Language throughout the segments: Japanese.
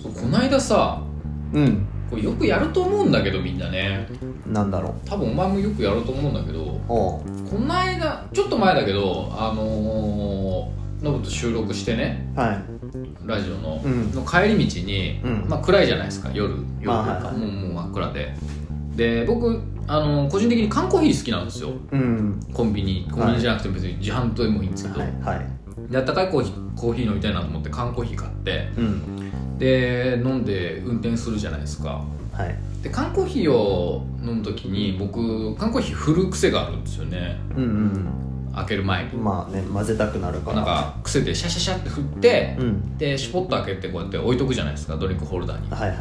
そうこないださうんこれよくやると思うんだけどみんなねなんだろう多分お前もよくやると思うんだけどおうこないだちょっと前だけどあのーノブと収録してねはラジオのい、うんの帰り道に、うんまあ、暗いじゃないですか夜夜というか、まあはいはいもうもう真っ暗でで僕あの個人的に缶コーヒー好きなんですようんコンビニコンビニじゃなくて別に自販とでもいいんですけど、はいはいであったかいコーヒーコーヒー飲みたいなと思って缶コーヒー買ってうんで飲んで運転するじゃないですかはいで缶コーヒーを飲む時に僕缶コーヒー振る癖があるんですよねうん開ける前にうんまあね混ぜたくなるからなんか癖でシャシャシャって振ってう、んでシュポッと開けてこうやって置いとくじゃないですかドリンクホルダーにはいはい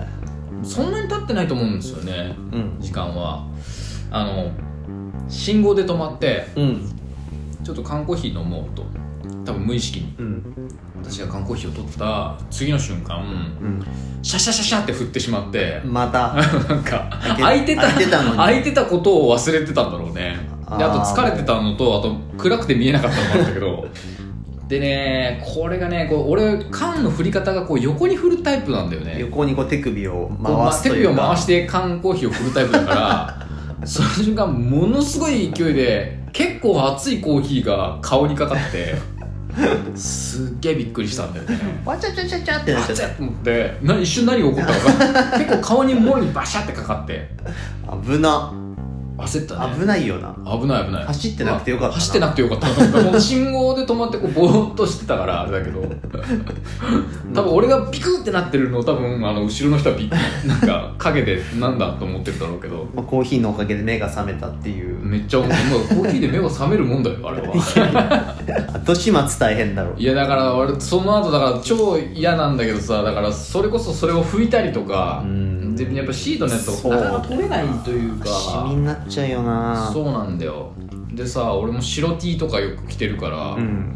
そんなに経ってないと思うんですよねうん時間はあの信号で止まってうんちょっと缶コーヒー飲もうと多分無意識にうん私が缶コーヒーを取った次の瞬間うんシャシャシャシャって振ってしまってまた なんか開開いてけた開いてたのに開いてたことを忘れてたんだろうねでああーと疲れてたのとあと暗くて見えなかったのもあったけどでねこれがねこう俺缶の振り方がこう横に振るタイプなんだよね横にこう手首をこうま回すと手い首うをか回して缶コーヒーを振るタイプだから その瞬間ものすごい勢いで結構熱いコーヒーが顔にかかってすっげえびっくりしたんだよね わちゃちゃちゃちゃってなっちゃ熱っいと思ってな一瞬何が起こったのか結構顔にもろにバシャってかかってた危な焦ったね危ないよな危ない危ない走ってなくてよかったな走ってなくてよかったなんかも う信号で止まってこうボーっとしてたからあれだけど多分俺がピクってなってるのを多分あの後ろの人はピクなんか影でなんだと思ってるだろうけどまあコーヒーのおかげで目が覚めたっていうめっちゃ思うもうコーヒーで目が覚めるもんだよあれは 後始末大変だろういやだから俺その後だから超嫌なんだけどさだからそれこそそれを拭いたりとかうんでやっぱシートのやつそをうなかなか取れないというかシミになっちゃうよなそうなんだよでさ俺も白 T とかよく着てるから、ん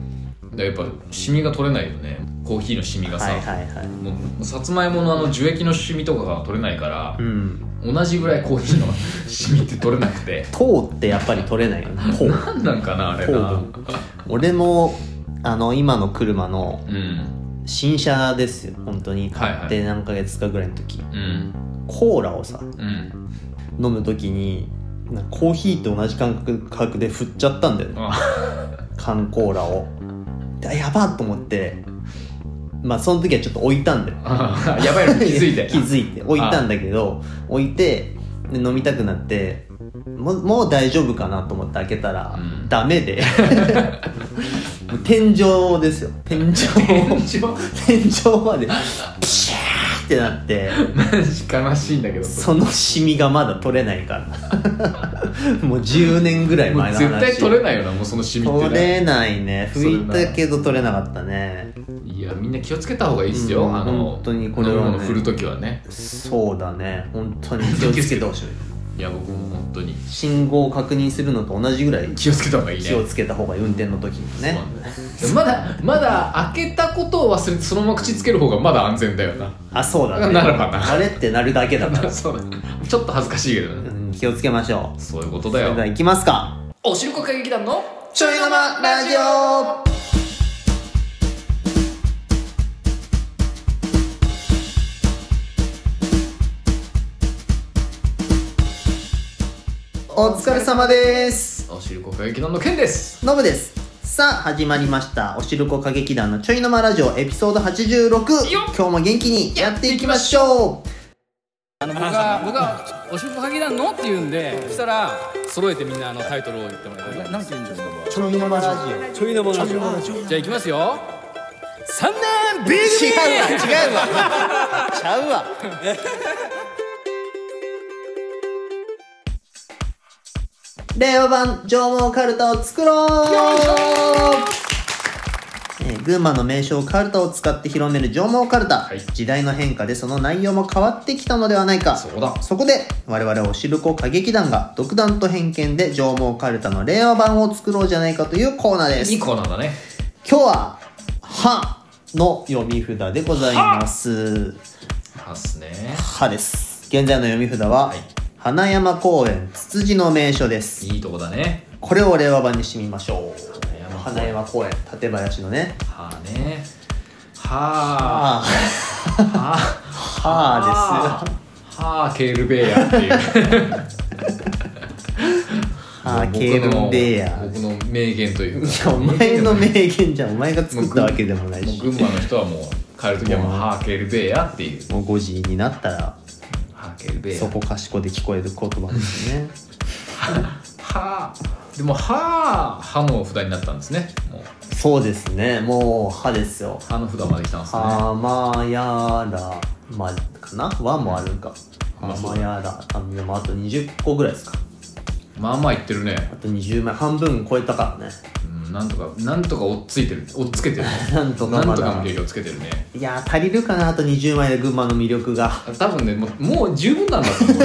でやっぱシミが取れないよねコーヒーのシミがさ、はいはいはいもうさつまいものあの樹液のシミとかが取れないからう、ん同じぐらいコーヒーのシミって取れなくて糖ってやっぱり取れないよな糖何なんかなあれ糖な分 俺もあの今の車のうん新車ですよ本当に買っはて何ヶ月かぐらいの時、うんコーラをさうん飲む時になんかコーヒーと同じ感覚感覚で振っちゃったんだよねあ缶コーラをでやばっと思ってまあその時はちょっと置いたんだよあやばいの気づいて 気づいて置いたんだけど置いてで飲みたくなってもうもう大丈夫かなと思って開けたら、うんダ メでもう天井ですよ天 井天を井天井までピシャーってなってマジ悲しいんだけどそのシミがまだ取れないから もう10年ぐらいも前うの絶話対取れないよなもうそのシミって取ねれないね拭いたけど取れなかったねいやみんな気をつけた方がいいっすよ、うんあの本当にこれはね飲み物振るときはねそうだね本当に気をつけてほしいいや僕も本当に信号を確認するのと同じぐらい気をつけた方がいいね気をつけた方がいい運転の時にねそうなんだよまだまだ開けたことを忘れてそのまま口つける方がまだ安全だよなあそうだねならばなあれってなるだけだ から、そうだちょっと恥ずかしいけどねうん、気をつけましょうそういうことだそれではよ行きますかおしるこ歌劇団のちょい生ラジオお疲れ様ですおしるこ歌劇団のケンですノブですさあ始まりましたおしるこ歌劇団のちょいのまラジオエピソード86よ今日も元気にやっていきましょあの僕が僕がおしっこかけ団のって言うんでそしたら揃えてみんなあのタイトルを言ってもらえばうちょいのまラジオ違うちょいのものじゃあいきますよ三年 B 組わ違うわちゃうわ 令和版縄文カルタを作ろうえー群馬の名称カルタを使って広める縄文カルタ、はい時代の変化でその内容も変わってきたのではないかそうだそこで我々おしるこ歌劇団が独断と偏見で縄文カルタの令和版を作ろうじゃないかというコーナーですいいコーナーだね今日は「は」の読み札でございますはっすね「は」です現在の読み札は、はい花山公園つつじの名所ですいいとこだねこれを令和版にしてみましょう花花山山公園館林のねはあねはああははあですはあケールベーヤっていうはあケールベーヤ僕の僕の名言といういやお前の名言じゃんお前が作ったわけでもないもうし群馬の人はもう帰る時はもうもうはあケールベーヤっていうもう5時になったらはあケールベーヤそこかしこで聞こえる言葉ですねはあでもはあ歯の札になったんですねもう そうですねもう「は」ですよ歯の札まで来たんですねはまやらまかなはもあるんか。まはあまやら。あでもあと20個ぐらいですか。まあまあ言ってるねあと20枚。半分超えたからね。 うんなんとかなんとか追っついてる追っつけてるなんとかまだなんとかの経験をつけてるねいやー、足りるかなあと20枚で群馬の魅力が。 多分ねもうもう十分なんだと思う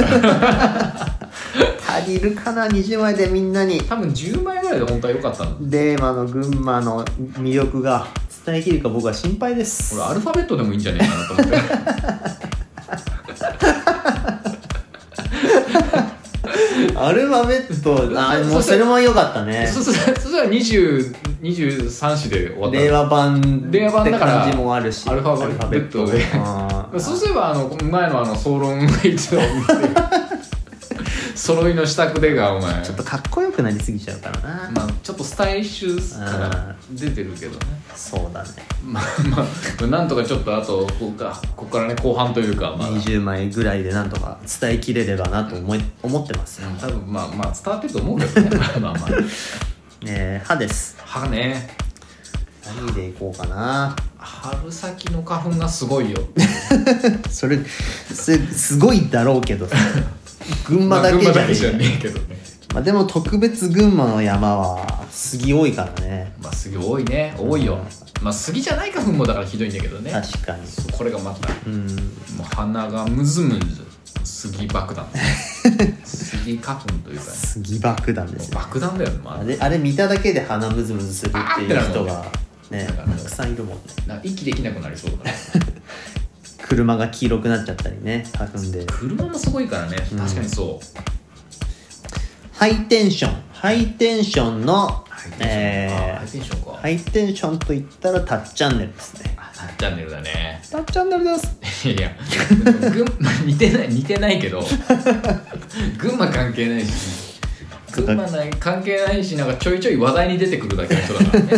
足りるかな ?20 枚でみんなに。多分10枚ぐらいで本当は良かったので、まあの群馬の魅力が伝えきるか僕は心配です。俺アルファベットでもいいんじゃねえかなと思ってアルファベット、あー、もそうう それも良かったね。そそ そしたら20 23詞で終わった令和版令和版だからって感じもあるし。アルファベットであーそうすればあの前のあの総論が一 度揃いの支度でがお前ちょっとかっこよくなりすぎちゃうからな。まあ、ちょっとスタイリッシュから出てるけどねそうだねまあまあなんとかちょっとあとここかここからね後半というかまあ20枚ぐらいでなんとか伝えきれればなと思い思ってますよ、多分まあまあ伝わってると思うけどねまあまあえー、歯です歯ね何でいこうかな春先の花粉がすごいよそれすすごいだろう けどさ群馬だけじまあ群馬ゃだねけじゃえねえけどねまあ、でも特別群馬の山は杉多いからねまあ杉多いね多いよまあ杉じゃない花粉もだからひどいんだけどね確かにそうこれがまたうんもう鼻がムズムズ杉爆弾杉花粉というかね杉爆弾ですよ爆弾だよね、まああ、れあれ見ただけで鼻ムズムズするっていう人がねあーってなるもんねたくさんいるもんねなんか息できなくなりそうだね車が黄色くなっちゃったりね花粉で車もすごいからね確かにそう、ハイテンションハイテンションのハイテンションあえハイーテンションか、ハイテンションと言ったらタッチャンネルですねあタッチャンネルだねタッチャンネルですいや群馬似てない似てないけど群馬関係ないし群馬ない関係ないしなんかちょいちょい話題に出てくるだけの人だからね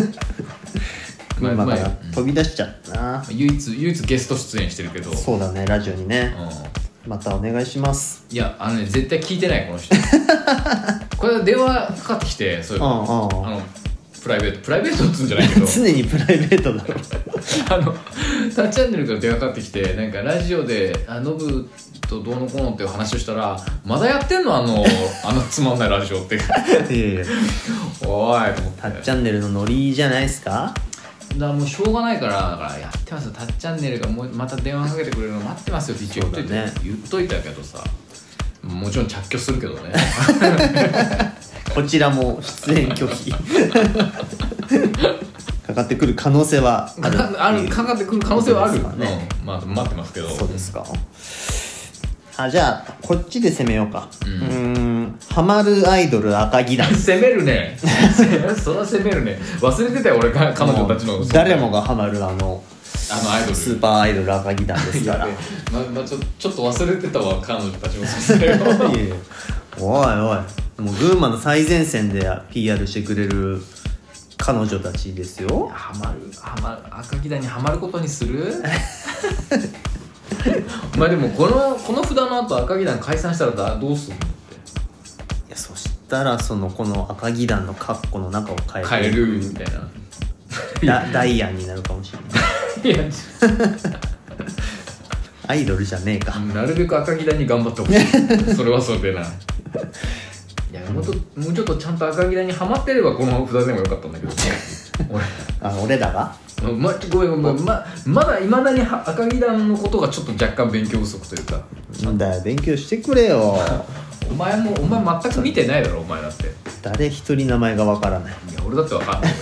ま 群あ馬まかあら飛び出しちゃったな唯一唯一ゲスト出演してるけどそうだねラジオにねうんまたお願いしますいやあのね絶対聞いてないこの 人これ電話かかってきてそういううんうあんのプライベートプライベートっつうんじゃない けど常にプライベートだろあのタッチャンネルから電話かかってきてなんかラジオであノブとどうのこうのっていう話をしたらまだやってんのあのあのつまんないラジオって いやいやおいと思ってタッチャンネルのノリじゃないですかだからもうしょうがないからだからやってますよタッチャンネルがもうまた電話かけてくれるの待ってますよって一応言っといた、そうだね言っといたけどさもちろん着拒するけどねこちらも出演拒 否かかってくる可能性はあかるっていかうあるかかってくる可能性はあるそうですかねうん、まあ待ってますけどそうですかあじゃあこっちで攻めようかうーんハマるアイドル赤木団攻めるねそれは攻めるね忘れてたよ俺か彼女たちのもう誰もがハマるあのあのアイドルスーパーアイドル赤木団ですからいままちょちょっと忘れてたわ彼女たちもそうだよやいやおいおいもう群馬の最前線で PR してくれる彼女たちですよハマるハマる赤木田にハマることにする まあでもこのこの札の後赤木団解散したらだどうするのっいやそしたらそのこの赤木団のカッコの中を変えてて変えるみたいな ダダイアンになるかもしれないいやアイドルじゃねえかなるべく赤木田に頑張ってほしいそれはそれでないやもうちょっともうちょっとちゃんと赤木田にはまってればこの札でもよかったんだけどあ俺らが俺ま、ごめんごめんままだいまだには赤木田のことがちょっと若干勉強不足というかなんだよ勉強してくれ よお前もお前全く見てないだろお前だってい誰一人名前がわからないや俺だってわかんない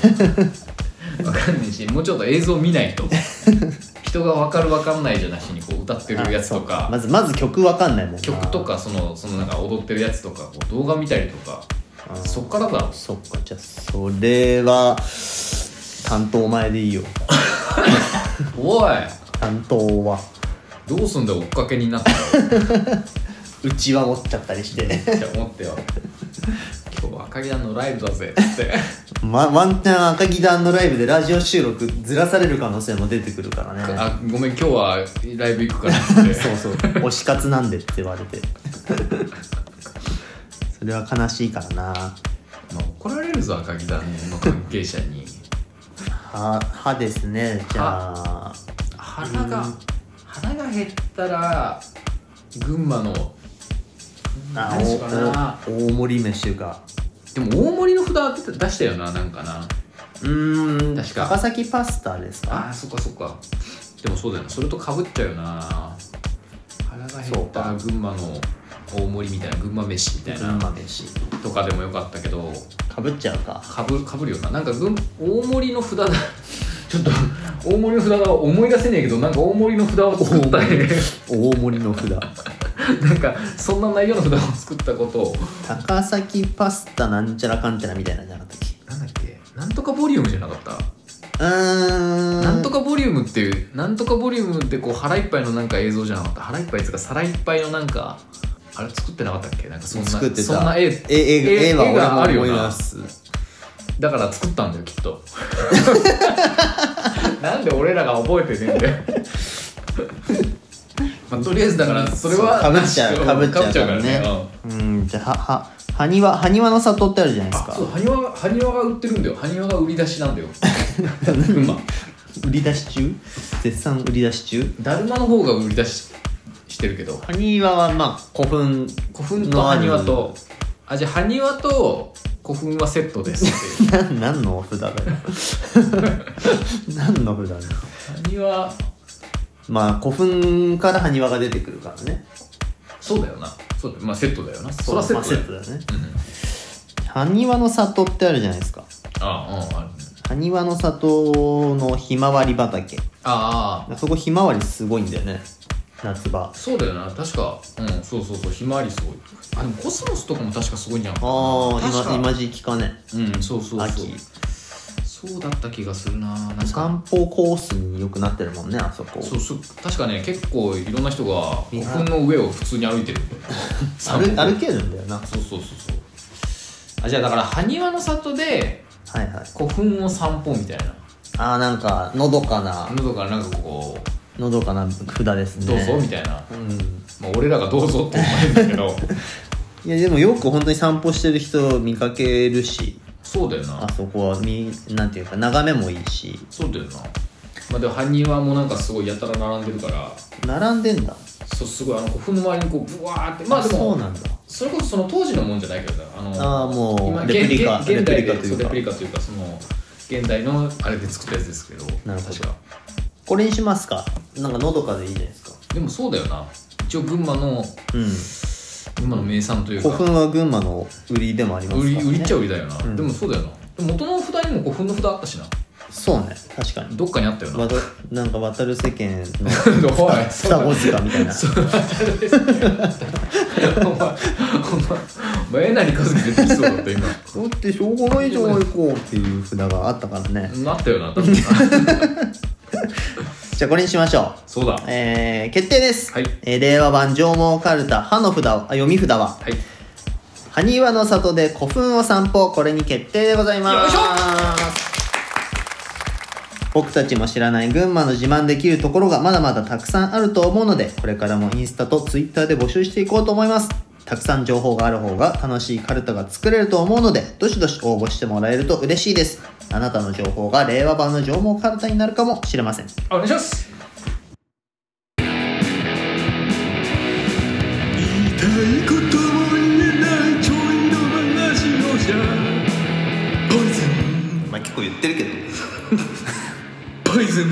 わかんないしもうちょっと映像見ないと人がわかるわかんないじゃなしにこう歌ってるやつとかまずまず曲わかんないもんな曲とかそのそのなんか踊ってるやつとかこう動画見たりとかそっからだろそっかじゃあそれは担当前でいいよおい担当はどうすんだよ追っかけになったうちは持っちゃったりしてって思ってよ今日赤木団のライブだぜって ま、ワンチャン赤木団のライブでラジオ収録ずらされる可能性も出てくるからねあごめん今日はライブ行くからって そうそう推し活なんでって言われて それは悲しいからなまあ怒られるぞ赤木団の関係者には歯ですねじゃあ腹が腹が減ったら群馬のあ何しようかなおお大盛り飯がでも大盛りの札当てた出したよななんかなうーん確か高崎パスタですかあーそっかそっかでもそうだよなそれとかぶっちゃうよな腹が減ったらそう群馬の大盛りみたいな群馬飯みたい群な馬飯とかでもよかったけどかぶっちゃうかかぶかぶるよななんか群大盛りの札だ ちょっと大盛りの札が思い出せねえけどなんか大盛りの札を作ったね大盛りの札 なんかそんな内容の札を作ったことを高崎パスタなんちゃらかんちゃらみたいなんじゃなかったっけなんだっけなんとかボリュームじゃなかったうーんなんとかボリュームっていうなんとかボリュームってこう腹いっぱいのなんか映像じゃなかった腹いっぱいっていうか皿いっぱいのなんかあれ作ってなかったっけなんかそんな作ってたそんな絵え絵絵は俺もがあるよ思いな出すだから作ったんだよきっと なんで俺らが覚えてねえんだよ まあ、とりあえずだからそれはかぶっちゃうかぶっちゃうからねううんじゃあはは埴輪埴輪の里ってあるじゃないですんそうか埴輪が埴輪が売ってるんだよ埴輪が売り出しなんだよ今売り出し中絶賛売り出し中だるまの方が売り出ししてるけど埴輪はまあ古墳古墳と埴輪とあじゃあ埴輪と古墳はセットですっていうな 何のお 札だよ何の札だよ埴輪まあ古墳から埴輪が出てくるからねそうだよなそうだよまあセットだよなそらセまあセッットトだよ、だよね埴輪の里ってあるじゃないですかああうんあるね埴輪の里のひまわり畑ああそこひまわりすごいんだよね夏場そうだよな確かうんそうそうそうひまわりすごいあでもコスモスとかも確かすごいんじゃんあ確あか今今時期かねうんそうそうそう秋そうだった気がするななんか漢方コースによくなってるもんねあそこそうそう確かね結構いろんな人がみん古な墳の上を普通に歩いて る歩歩けるんだよなそうそうそうそうあじゃあだから埴輪の里ではいはい古墳を散歩みたいなああなんかのどかな喉からなんかこのどかな札ですうねどうぞみたいな、うんまあ、俺らがどうぞって言われるんだけどいやでもよく本当に散歩してる人見かけるしそうだよなあそこはみなんていうか眺めもいいしそうだよなまあでも埴輪もなんかすごいやたら並んでるから並んでんだそうすごいあの古墳の周りにこうブワーってまあでもそうなんだそれこそその当時のもんじゃないけどなあのあーもう今レプリカ現現現代レプリカでというかそうレプリカというかその現代のあれで作ったやつですけどなるほど確かこれにしますかなんかのどかでいいじゃないですかでもそうだよな一応群馬のうん群馬の名産というか古墳は群馬の売りでもあります売りから、ね、売りっちゃう売りだよな、んでもそうだよなでも元の札にも古墳の札あったしなそうね確かにどっかにあったよなわたなんか渡る世間 のおい双子塚みたいなそう当たるですねお前お前お前えなりかずき出てきそうだった今だってしょうがないじゃないかっていう札があったからねなったよな多分なじゃあこれにしましょうそうだはえー、決定です、はいえー令和版上毛かるた歯の札はあ読み札はい「埴輪の里で古墳を散歩」これに決定でございますよいし僕たちも知らない群馬の自慢できるところがまだまだたくさんあると思うのでこれからもインスタとツイッターで募集していこうと思いますたくさん情報がある方が楽しいカルタが作れると思うのでどしどし応募してもらえると嬉しいですあなたの情報が令和版の上毛カルタになるかもしれませんお願いしますまあ結構言ってるけどポイズン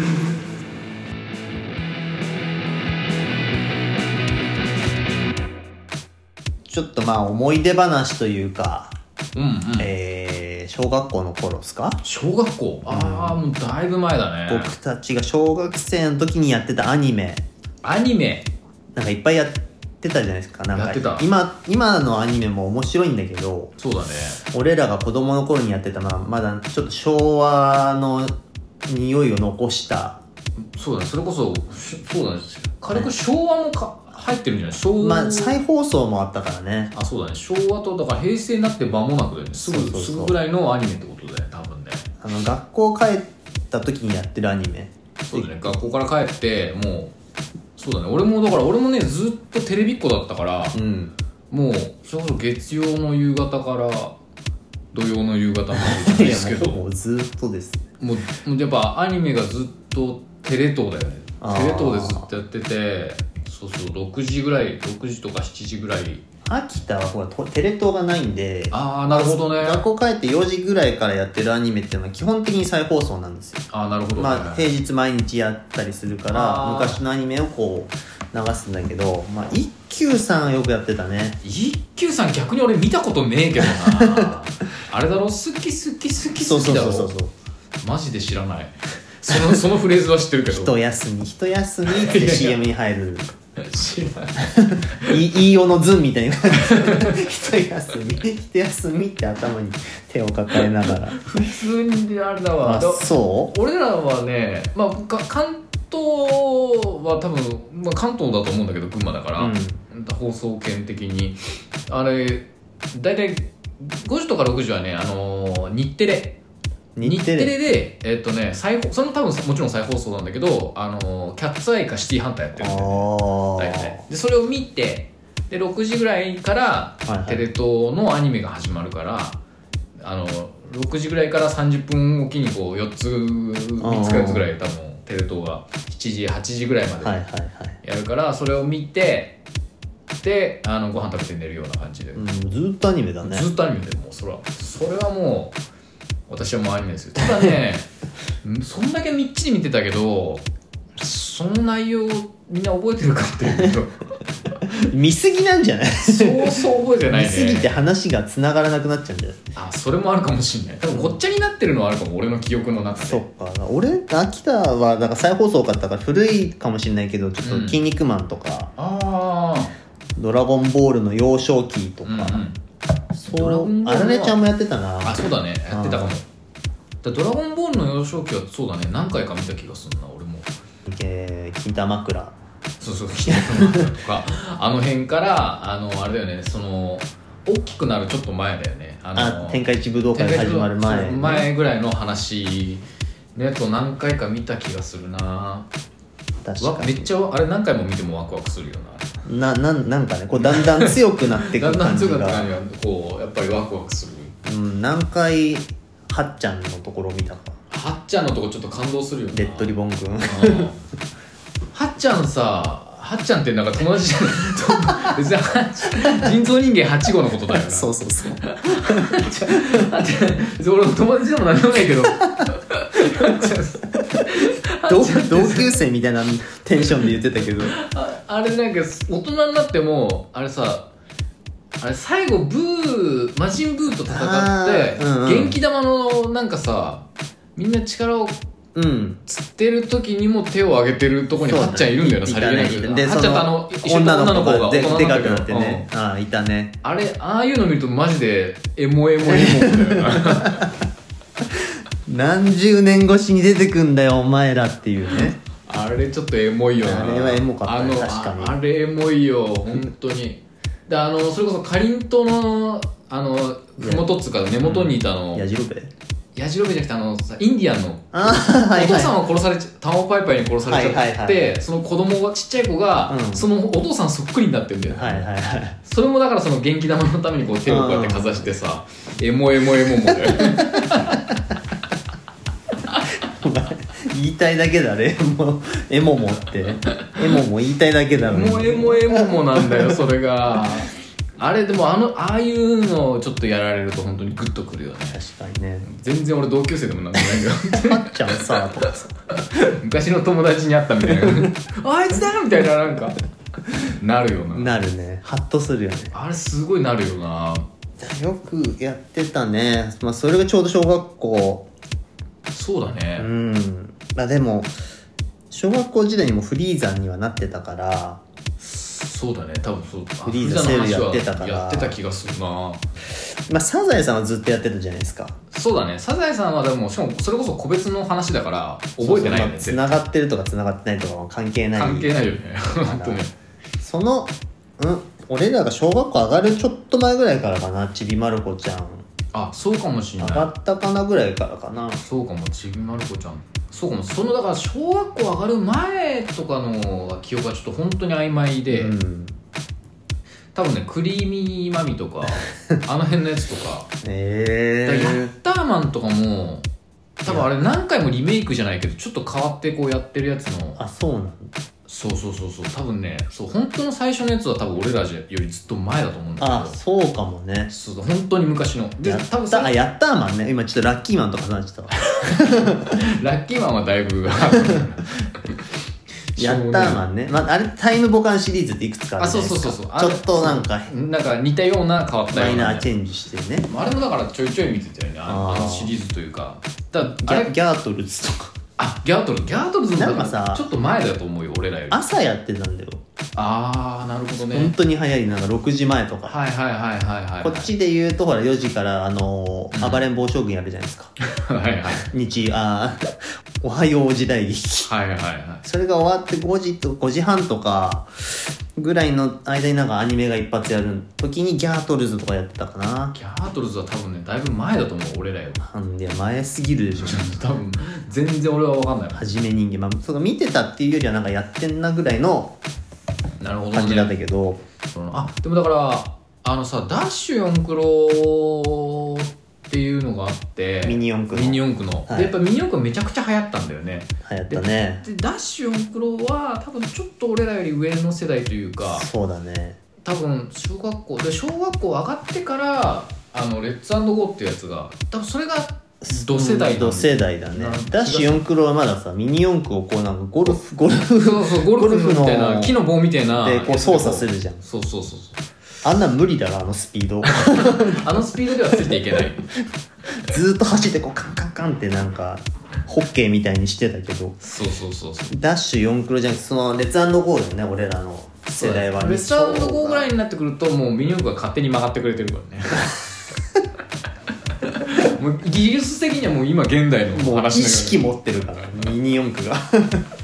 ちょっとまあ思い出話というか、うんうんえー小学校の頃ですか小学校ああもうだいぶ前だね僕たちが小学生の時にやってたアニメアニメなんかいっぱいやってたじゃないですかなんかやってた今今のアニメも面白いんだけどそうだね俺らが子供の頃にやってたまあまだちょっと昭和の匂いを残したそうだねそれこそしそうだね軽く昭和もか入ってるんじゃない昭和、まあ再放送もあったからねあそうだね昭和とだから平成になって間もなくだよねすぐそうそうそうすぐぐらいのアニメってことだよね多分ねあの学校帰った時にやってるアニメそうだね学校から帰ってもうそうだね俺もだから俺もねずっとテレビっ子だったから、うんもうそれこそ月曜の夕方から土曜の夕方まで いですけやどもうずっとですもうもうやっぱアニメがずっとテレ東だよねあーテレ東でずっとやっててそうそう6時ぐらい6時とか7時ぐらい秋田はほらとテレ東がないんでああなるほどね学校帰って4時ぐらいからやってるアニメっていうのは基本的に再放送なんですよああなるほどね、まあ平日毎日やったりするからあー昔のアニメをこう流すんだけどまあ一休さんよくやってたね一休さん逆に俺見たことねえけどな あれだろ好き好き好きそう好そきうだそろうそうそうマジで知らないその そのフレーズは知ってるけど一休み一休 みって CM に入る知らないい飯尾のズンみたいな 感じ一休み一休みって頭に手を抱えな がら普通にあれだわあだそ俺らはね、まあ、か関東は多分、まあ、関東だと思うんだけど群馬だから、放送圏的にあれ大体5時とか6時はね、あのー日テレう日テレで、えっとね、再放それも多分もちろん再放送なんだけど、あのーキャッツアイかシティハンターやってるあんだよあ大体でそれを見てで6時ぐらいからいはいテレ東のアニメが始まるから、あの6時ぐらいから30分おきにこう4つ3つか4つぐらい多分テレ東が7時8時ぐらいまはいはいではいやるから、それを見てであのご飯食べて寝るような感じで、うん、ずっとアニメだねずっとアニメでもうそれはそれはもう私はもうアニメですよただ ねうんそんだけみっちり見てたけどその内容をみんな覚えてるかっていうと見すぎなんじゃないそうそう覚えてない見ねすぎて話がつながらなくなっちゃうんじゃないあそれもあるかもしれない多分ごっちゃになってるのはあるかも俺の記憶の中でそっか俺秋田はなんか再放送多かったから古いかもしれないけどちょっとう「ん筋肉マン」とかああ「ドラゴンボール」の幼少期とうか、んうんドラそゴンうボールあはられちゃんもやってたなあそうだねやってたかもだドラゴンボールの幼少期はそうだね何回か見た気がするな俺もえー、金玉枕そうそうキン肉マンとかあの辺からあのあれだよねその大きくなるちょっと前だよねあのあ天下一武道会始まる前そうぐらいの話ねと何回か見た気がするな確わかめっちゃあれ何回も見てもワクワクするよなにななんなんかねこうだんだん強くなってくだ るんだ感んじ強がくなった感じがこうやっぱりワクワクするうん、何回はっちゃんのところ見たかはっちゃんのとこちょっと感動するよなレッドリボン君うんはっちゃんさはっちゃんってなんか友達じゃない 別にはっちゃん人造人間8号のことだよな そうそうそうはっちゃん 別に俺も友達でも何でもないけどはっちゃんさ同同級生みたいなテンションで言ってたけどああれなんか大人になってもあれさあれ最後ブー魔人ブーと戦って、あーうんうん元気玉のなんかさみんな力をうん釣ってる時にも手を上げてるとこにそうだはねっちゃんいるんだよな、いさたりげなねくいたではっちゃんとあの一そ緒にの女の子がで大人でなかんくだなけっどてね、ああいたねうんあれああいうの見るとマジでエモエモエモ だよな何十年越しに出てくんだよお前らっていうねあれちょっとエモいよなあれはエモかったねあの確かにああれエモいよ本当にであのそれこそかりんとうのあの麓っつうか根元にいたあのやじろべえやじろべえじゃなくてあのさインディアンのああはいお父さんはは殺されちゃタオパイパイに殺されちゃって、はいはいはその子供がちっちゃい子が、うんそのお父さんそっくりになってんだよ、いはいはいはいそれもだからその元気玉のためにこう手をこうやってかざしてさエモエモエモもだよお前言いたいだけだねもうエモもってエモも言いたいだけだエろモエモエモもなんだよそれがあれでもあのああいうのをちょっとやられると本当にグッとくるよね確かにね全然俺同級生でもなんでもないけどはっちゃんさとかさ昔の友達に会ったみたいなあいつだみたいななんかなるよななるねハッとするよねあれすごいなるよなよくやってたねまあそれがちょうど小学校そうだね、うんまあでも小学校時代にもフリーザにはなってたからそうだね多分そうフリーザセールやってたからやってた気がするなまあ、サザエさんはずっとやってたじゃないですか。そうだねサザエさんはでもしかもそれこそ個別の話だから覚えてないよねつながってるとかつながってないとかは関係ない関係ないよね本当にそのうん俺らが小学校上がるちょっと前ぐらいからかなちびまる子ちゃんあそうかもしれ上ながいったかなぐらいからかなそうかもちびまる子ちゃんそうかもそのだから小学校上がる前とかの記憶がちょっと本当に曖昧で、うん多分ねクリーミーマミと かあの辺のやつとかだからえヤッターマンとかも多分あれ何回もリメイクじゃないけどちょっと変わってこうやってるやつのあそうなんだそうそうそうそう多分ねそう本当の最初のやつは多分俺らよりずっと前だと思うんだあけどそうかもねそうそう本当に昔のでや多分っそたあれやったーマンね今ちょっとラッキーマンと重なっちゃったわラッキーマンはだいぶ やったーマンね、まあ、あれタイムボカンシリーズっていくつかあるじゃないですかあそうそうそうそうちょっとなんかなんか似たような変わったマよイうなナーチェンジしてねあれもだからちょいちょい見てたよねあのあーあのシリーズというかだギあれャギャートルズとかあギャートルズギャートルズもだなんかさちょっと前だと思うよ俺らよりあ朝やってたんだよ、あーなるほど本ね当に早いなんか6時前とか、はいはいはいはいはいこっちで言うとほら4時からあのー暴れん坊将軍やるじゃないですか、はいはい日あー おはよう時代劇はいはいはそれが終わって5時と5時半とかぐらいの間になんかアニメが一発やる時にギャートルズとかやってたかないギャートルズは多分ねだいぶ前だと思う俺らより なんで前すぎるでしょ多分全然俺は分かんないはじめ人間まあそうか見てたっていうよりはなんかやってんなぐらいのなるほど感じだったねけどそのあでもだからあのさダッシュ四クロっていうのがあってミニ四駆のミニ四駆の、はいでやっぱミニ四駆めちゃくちゃ流行ったんだよね流行ったねでダッシュ四クロは多分ちょっと俺らより上の世代というかそうだね多分小学校で小学校上がってからあのレッツゴーっていうやつが多分それが同世代なんだよね同世代だねなんかダッシュ4クロはまださミニ四駆をこうなんかゴル フゴルフそうそうゴルフみたいゴルフなの木の棒みたいなでこう操作するじゃんそうそうそうそうあんなん無理だろあのスピードあのスピードではついていけない ずーっと走ってこうカンカンカンってなんかホッケーみたいにしてたけどそうそうそうそうダッシュ4クロじゃなくてそのレッツゴーだよね俺らの世代はレッツゴーぐらいになってくるともうミニ四駆が勝手に曲がってくれてるからね もう技術的にはもう今現代の話だもうから意識持ってるからミニ四駆が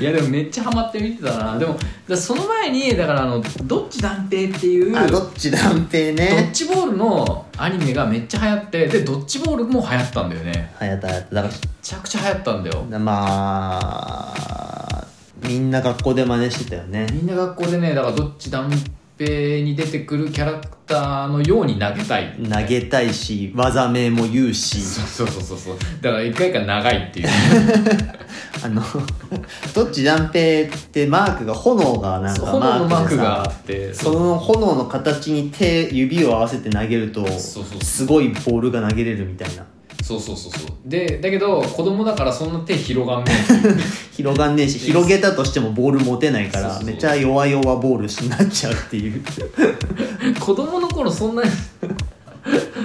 いやでもめっちゃハマって見てたなでもだその前にだからあの「どっち断定」っていうあドどっち断定ッねジボールのアニメがめっちゃ流行ってでドッジボールも流行ったんだよねはやたやただかめちゃくちゃ流行ったんだよらまあみんな学校で真似してたよねみんな学校でねだからどっち断平に出てくるキャラクターのように投げたい投げたいし技名も言うしそうそうそうそうだから一回か長いっていうあの どっち断平ってマークが炎がなんか炎のママーーククでがあさってその炎の形に手指を合わせて投げるそとうそうすごいボールが投げれるみたいなそうそうそうそうでだけど子供だからそんな手広がんね広がんねえし広げたとしてもボール持てないかそらうそうめちゃ弱々ボールになっちゃうっていう え 子供の頃そんな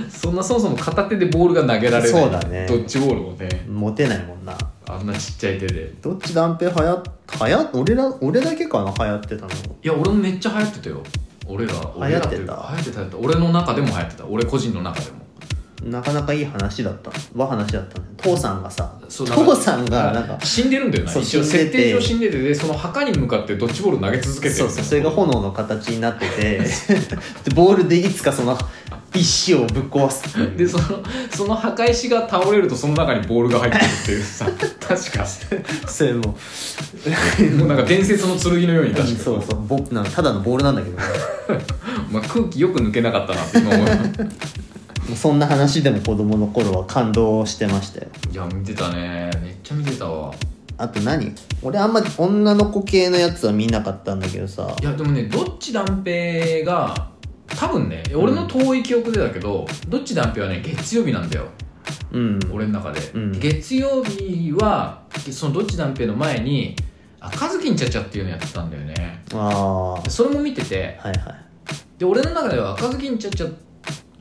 そんなそもそも片手でボールが投げられないそうだねドッジボールもね持てないもんなあんなちっちゃい手でどっち断平はやはや俺ら俺だけかな流行ってたのいや俺もめっちゃ流行ってたよ俺ら俺らいうか流行って流行た流行ってた俺の中でも流行ってた俺個人の中でもなかなかいい話だった和話だったね父さんがさそうなんか父さんがなんか死んでるんだよなそう一応死んでて設定上死んでてでその墓に向かってドッジボール投げ続けてるそうそうそれが炎の形になっててでボールでいつかその石をぶっ壊すっていうでそのその墓石が倒れるとその中にボールが入ってるっていう さ確かそれももうなんか伝説の剣のように確かそうそうボなんかただのボールなんだけど、ね、まあ、空気よく抜けなかったなって今思うもうそんな話でも子供の頃は感動してましたよいや見てたねめっちゃ見てたわあと何俺あんま女の子系のやつは見なかったんだけどさいやでもねどっち断平が多分ね俺の遠い記憶でだけど、どっち断平はね月曜日なんだようん俺の中で、うん月曜日はそのどっち断平の前に「あかずきんちゃちゃ」っていうのやってたんだよねああはそれも見てていはいで俺の中では「赤ずきんちゃちゃ」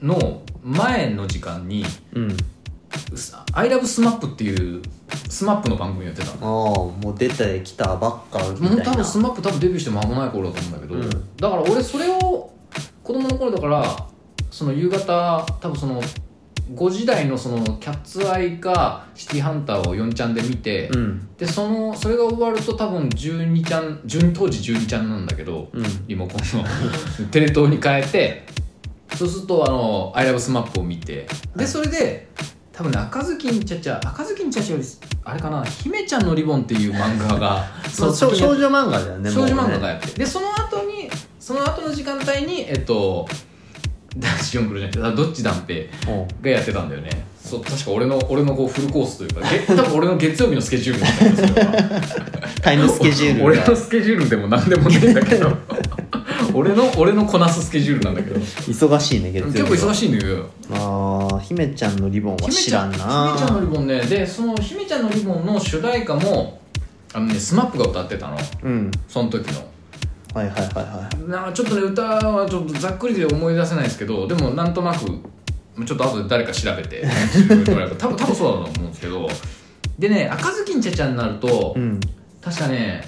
の前の時間にうん「アイラブスマップっていうスマップの番組やってたのああもう出てきたばっかみもうたい多な分スマップ多分デビューして間もない頃だと思うんだけど、うんだから俺それを子供の頃だからその夕方多分その5時代のそのキャッツアイかシティハンターを4ちゃんで見て、うんでそのそれが終わると多分12ちゃん12当時12ちゃんなんだけど、うんリモコンの テレ東に変えてそうするとあの「アイラブスマップを見てでそれで多分ね赤ずきんちゃちゃ赤ずきんちゃちゃよりあれかな「姫ちゃんのリボン」っていう漫画がそ そうの少先に少女漫画だよね少女漫画がよやってでその後にその後の時間帯にえっと男子4クロじゃなくてあどっち断平がやってたんだよねそう確か俺の俺のこうフルコースというか げ多分俺の月曜日のスケジュールみたいなそれはタイムスケジュール俺がのスケジュールでも何でもないんだけ ど俺の俺のこなすスケジュールなんだけど結忙しいね月曜構忙いしいのよあー姫ちゃんのリボンは知らんな姫ちゃんのリボンねでその姫ちゃんのリボンの主題歌もあのねスマップが歌ってたのうんその時のはいはいはいはいなんかちょっとね歌はちょっとざっくりで思い出せないですけどでもなんとなくちょっと後で誰か調べて多分多分そうだと思うんですけどでね赤ずきんちゃちゃになると、うん確かね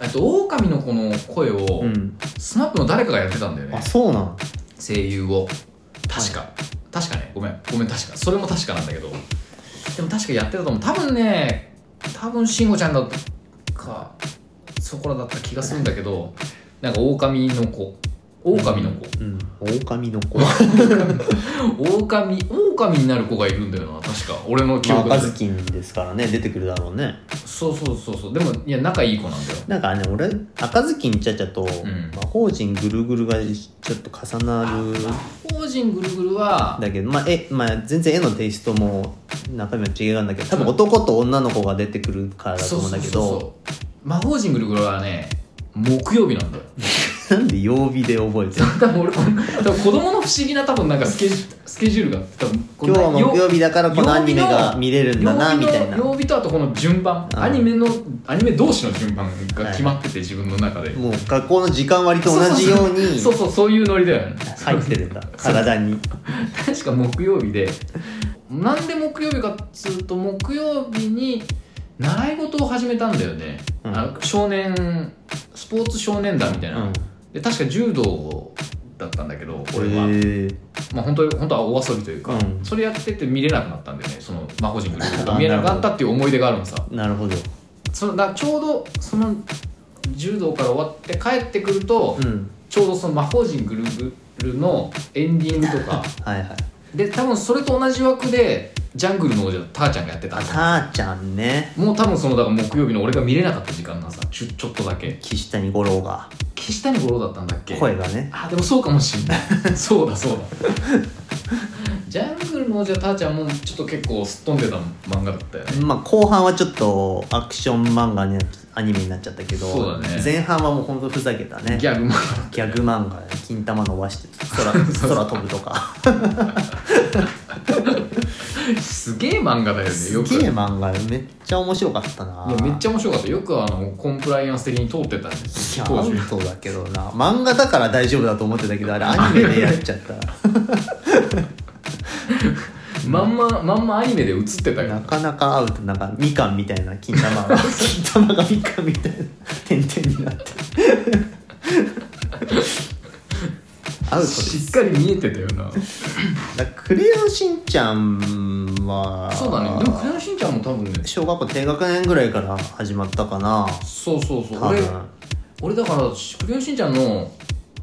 えっと狼の子の声を、うんスマップの誰かがやってたんだよあねそうなん声優を確か、確かねごめんごめん確かそれも確かなんだけどでも確かやってたと思う多分ね多分慎吾ちゃんだったかそこらだった気がするんだけどなんか狼の子狼の子うん狼の 子狼狼になる子がいるんだよな確か俺の記まあ憶で、赤ずきんですからね出てくるだろうねそうそうそうそうでもいや仲いい子なんだよなんかね俺赤ずきんちゃちゃとん魔法陣ぐるぐるがちょっと重なる法人ぐるぐるはだけどまあえまあ全然絵のテイストも中身は違うんだけど多分男と女の子が出てくるからだとそう思うんそだうけそうどそう魔法人ぐるぐるはね木曜日なんだよなんで曜日で覚えてる 多分俺この多分子供の不思議な多分なんかスケジュスケジュールがあって多分こ今の日は木曜日だからこのアニメが見れるんだな曜日みのたいなも曜日とあとこの順番うんアニメのアニメ同士の順番が決まってて自分の中でう学校の時間割と同じようにそうそうそういうノリだよね入ってるんだ体に確か木曜日でなんで木曜日かっつうと木曜日に習い事を始めたんだよね、うんあの少年スポーツ少年団みたいな、うんで確か柔道だったんだけどへ俺はーまあ本当に本当はお遊びというか、うんそれやってて見れなくなったんでねその魔法陣グループあが見えなくなったっていう思い出があるのさなるほどそのだからちょうどその柔道から終わって帰ってくると、うんちょうどその魔法陣グループのエンディングと かはいはいで多分それと同じ枠でジャングルの王者ターちゃんがやってたあたーちゃんねもう多分そのだから木曜日の俺が見れなかった時間なさちょちょっとだけ岸谷五郎が岸谷五郎だったんだっけ声がねあでもそうかもしんない そうだそうだジャングルの王者ターちゃんもちょっと結構すっ飛んでた漫画だったよねまあ後半はちょっとアクション漫画になっアニメになっちゃったけどそうだね前半はもうほんとふざけたねギャグもギャグ漫画金玉伸ばして 空空飛ぶとかすげえ漫画だよねすよくげえ漫画めっちゃ面白かったないやめっちゃ面白かったよくあのコンプライアンス的に通ってたんですいや当ア時ウトだけどな漫画だから大丈夫だと思ってたけどあれアニメでやっちゃったまんままんまアニメで映ってたよなかなかアウトなんかみかんみたいな 金玉が金玉がみかんみたいな点々 になってアウトですしっかり見えてたよなだからクレヨンしんちゃんはそうだねでもクレヨンしんちゃんも多分ね小学校低学年ぐらいから始まったかなそうそうそう多俺分俺だからクレヨンしんちゃんの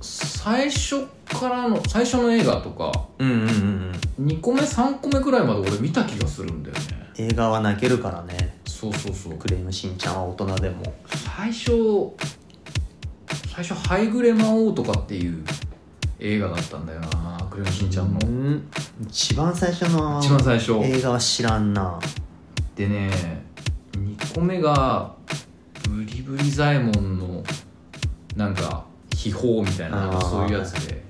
最初からの最初の映画とかうんうんうんうん2個目3個目くらいまで俺見た気がするんだよね映画は泣けるからねそうそうそうクレヨンしんちゃんは大人でも最初最初「ハイグレ魔王」とかっていう映画だったんだよなクレヨンしんちゃんのうん一番最初の一番最初映画は知らんなでね2個目がブリブリ左衛門のなんか秘宝みたいななんかあーそういうやつでで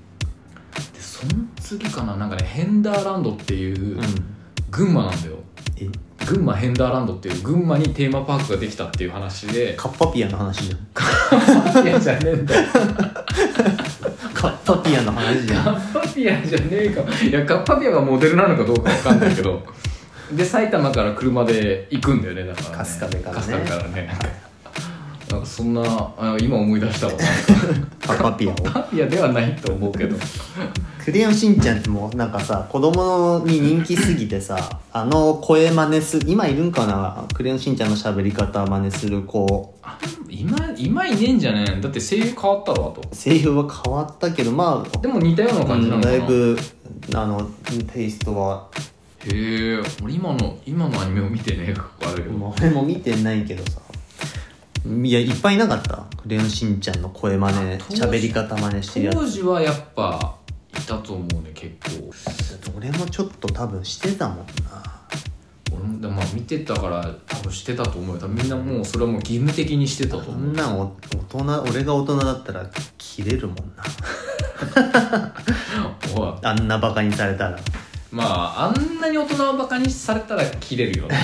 その次かななんかねヘンダーランドっていううん群馬なんだよえ群馬ヘンダーランドっていう群馬にテーマパークができたっていう話 でカッパピアの話じゃんカッパピアじゃねえんだよカッパピアの話じゃカ んッパピアじゃねえかいやカッパピアがモデルなのかどうかわかんないけどで埼玉から車で行くんだよねだから、ね、春日部からね春日部からねなんかそんなあ今思い出したわパパピアをパピアではないと思うけどクレヨンしんちゃんってもうなんかさ子供に人気すぎてさあの声真似す今いるんかなクレヨンしんちゃんの喋り方真似する子あ今今いねえんじゃねえだって声優変わったわと声優は変わったけどまあでも似たような感じなのかだな、いぶあのテイストはへえ俺今の今のアニメを見てねあれけど、もう俺も見てないけどさいやいっぱいいなかったクレヨンしんちゃんの声真似当時喋り方真似してるやつ当時はやっぱいたと思うね結構俺もちょっと多分してたもんな俺もでもまあ見てたから多分してたと思うよ多分みんなもうそれはもう義務的にしてたとそ思うんなんお大人俺が大人だったら切れるもんなおいあんなバカにされたらまああんなに大人をバカにされたら切れる よね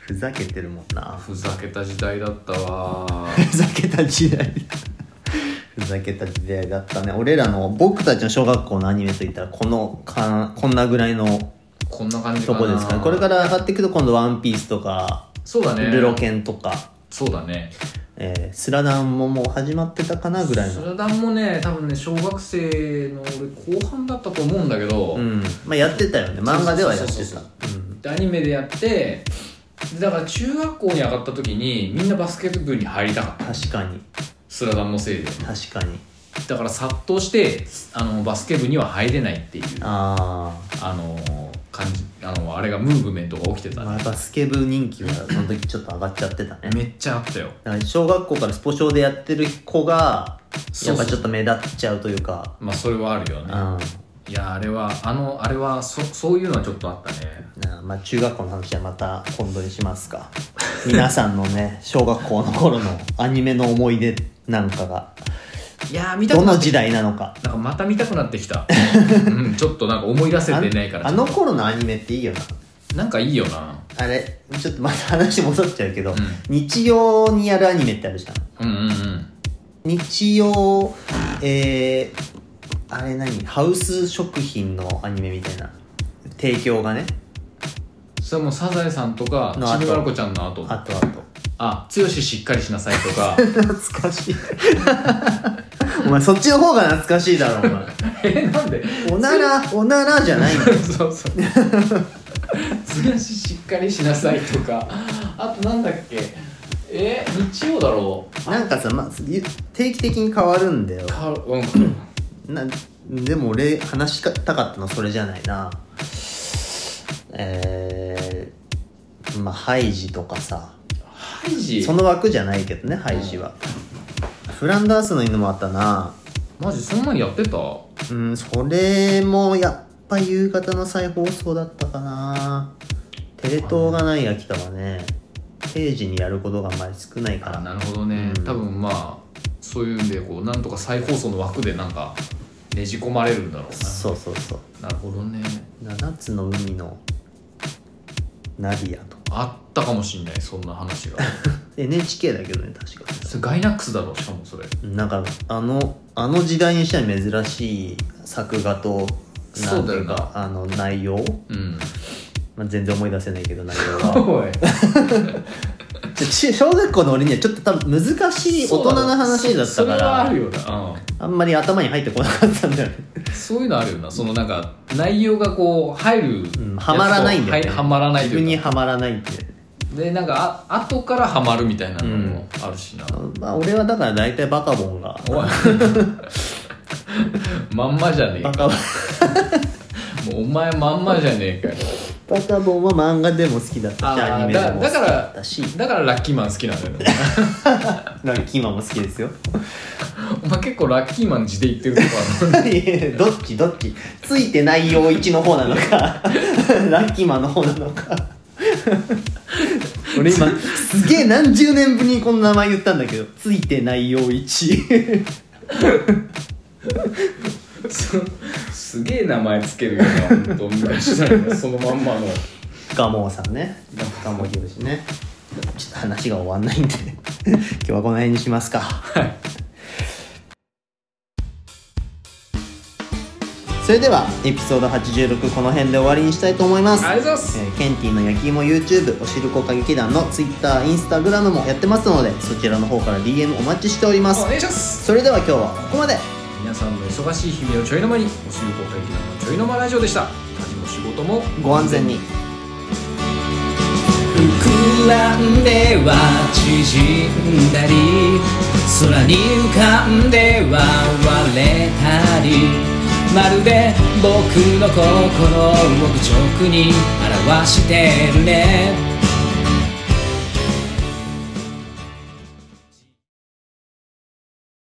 ふざけてるもんなふざけた時代だったわ ふざけた時代ふざけた時代だったね俺らの僕たちの小学校のアニメといったらこのかこんなぐらいのこんな感じかとなこですかねこれから上がっていくと今度「ワンピースとかそうだ「ねルロケン」とかそうだね「えースラダン」ももう始まってたかなぐらいスの、ラダンもね多分ね小学生の俺後半だったと思うんだけど、うんまあ、やってたよね漫画ではやっそうてそうたそうでアニメでやってでだから中学校に上がった時にみんなバスケット部に入りたかった確かにスラダンのせいで確かにだから殺到してあのバスケ部には入れないっていうああの感じあのあれがムーブメントが起きてあ、たまあ、ねバスケ部人気はその時ちょっと上がっちゃってたねめっちゃあったよだから小学校からスポ少でやってる子がそうそやうっぱちょっと目立っちゃうというかまあそれはあるようねいやあれはあのあれはそそういうのはちょっとあったねんなあまあ中学校の話はまた今度にしますか 皆さんのね小学校の頃のアニメの思い出なんかがいやー見たくどなのって時代なのかなんかまた見たくなってきた、 うん、ちょっとなんか思い出せあてないからあの頃のアニメっていいよななんかいいよなあれちょっとまた話戻っちゃうけど、ん日曜にやるアニメってあるじゃんうんうんうん日曜えー、あれ何ハウス食品のアニメみたいな提供がねそれはもうサザエさんとかの後ちびまる子ちゃんの後あとあとあ剛しっかりしなさいとか 懐かしい お前そっちの方が懐かしいだろお前えなんでおならおならじゃないんだよそうそう剛ししっかりしなさいとかあとなんだっけえ日曜だろうなんかさ、まあ、ゆ定期的に変わるんだよかうんなでも俺話したかったのそれじゃないなえー、まあハイジとかさハイジその枠じゃないけどねハイジは、フランダースの犬もあったなマジそんなんやってたうんそれもやっぱ夕方の再放送だったかなテレ東がない秋田はね定時にやることがあまり少ないかあらなるほどね、うん多分まあそういうんでこうなんとか再放送の枠でなんかねじ込まれるんだろうそうそうそうななるほどね七つの海のナディアとあったかもしんないそんな話 が NHK だけどね確かそれガイナックスだろしかもそれなんかあのあの時代にしては珍しい作画となそんうてだよいうなかあの内容、うんまあ、全然思い出せないけど内 容はおいちょち小学校の俺にはちょっと多分難しい 大人の話だっそたうだろそそれかはあらるよな、あんまり頭に入ってこなかったんだよねうん、そういうのあるよなそのなんか内容がこう入るやつと、 うんはまらないんだよねははまらないと自分いにうかはまらないってでなんかあ後からはまるみたいなのもあるしな、まあ俺はだから大体バカボ ンがおいまんまじゃねえバかカボンもうお前まんまじゃねえかよバカボンは漫画でも好きだったしあーアニメでも好きだだからだったしだからラッキーマン好きなんだよねラッキーマンも好きですよお前結構ラッキーマン字で言ってるとこあるいやいや どっちどっちついてない陽一の方なのか ラッキーマンの方なのか俺今すげえ何十年ぶりにこの名前言ったんだけどついてない陽一そすげえ名前つけるよな本当昔なのそのまんまのガモーさんねガモヒロシねちょっと話が終わんないんで今日はこの辺にしますかはいそれではエピソード86この辺で終わりにしたいと思いますありがとうございますえーケンティーの焼き芋 YouTube おしるこ歌劇団の Twitter、Instagram もやってますのでそちらの方から DM お待ちしておりまおす願いしますそれでは今日はここまで皆さんの忙しい日々をちょいの間にお仕事を体験のちょいの間ラジオでした家事も仕事もご安全に膨らんでは縮んだり空に浮かんでは割れたりまるで僕の心を直に表してるね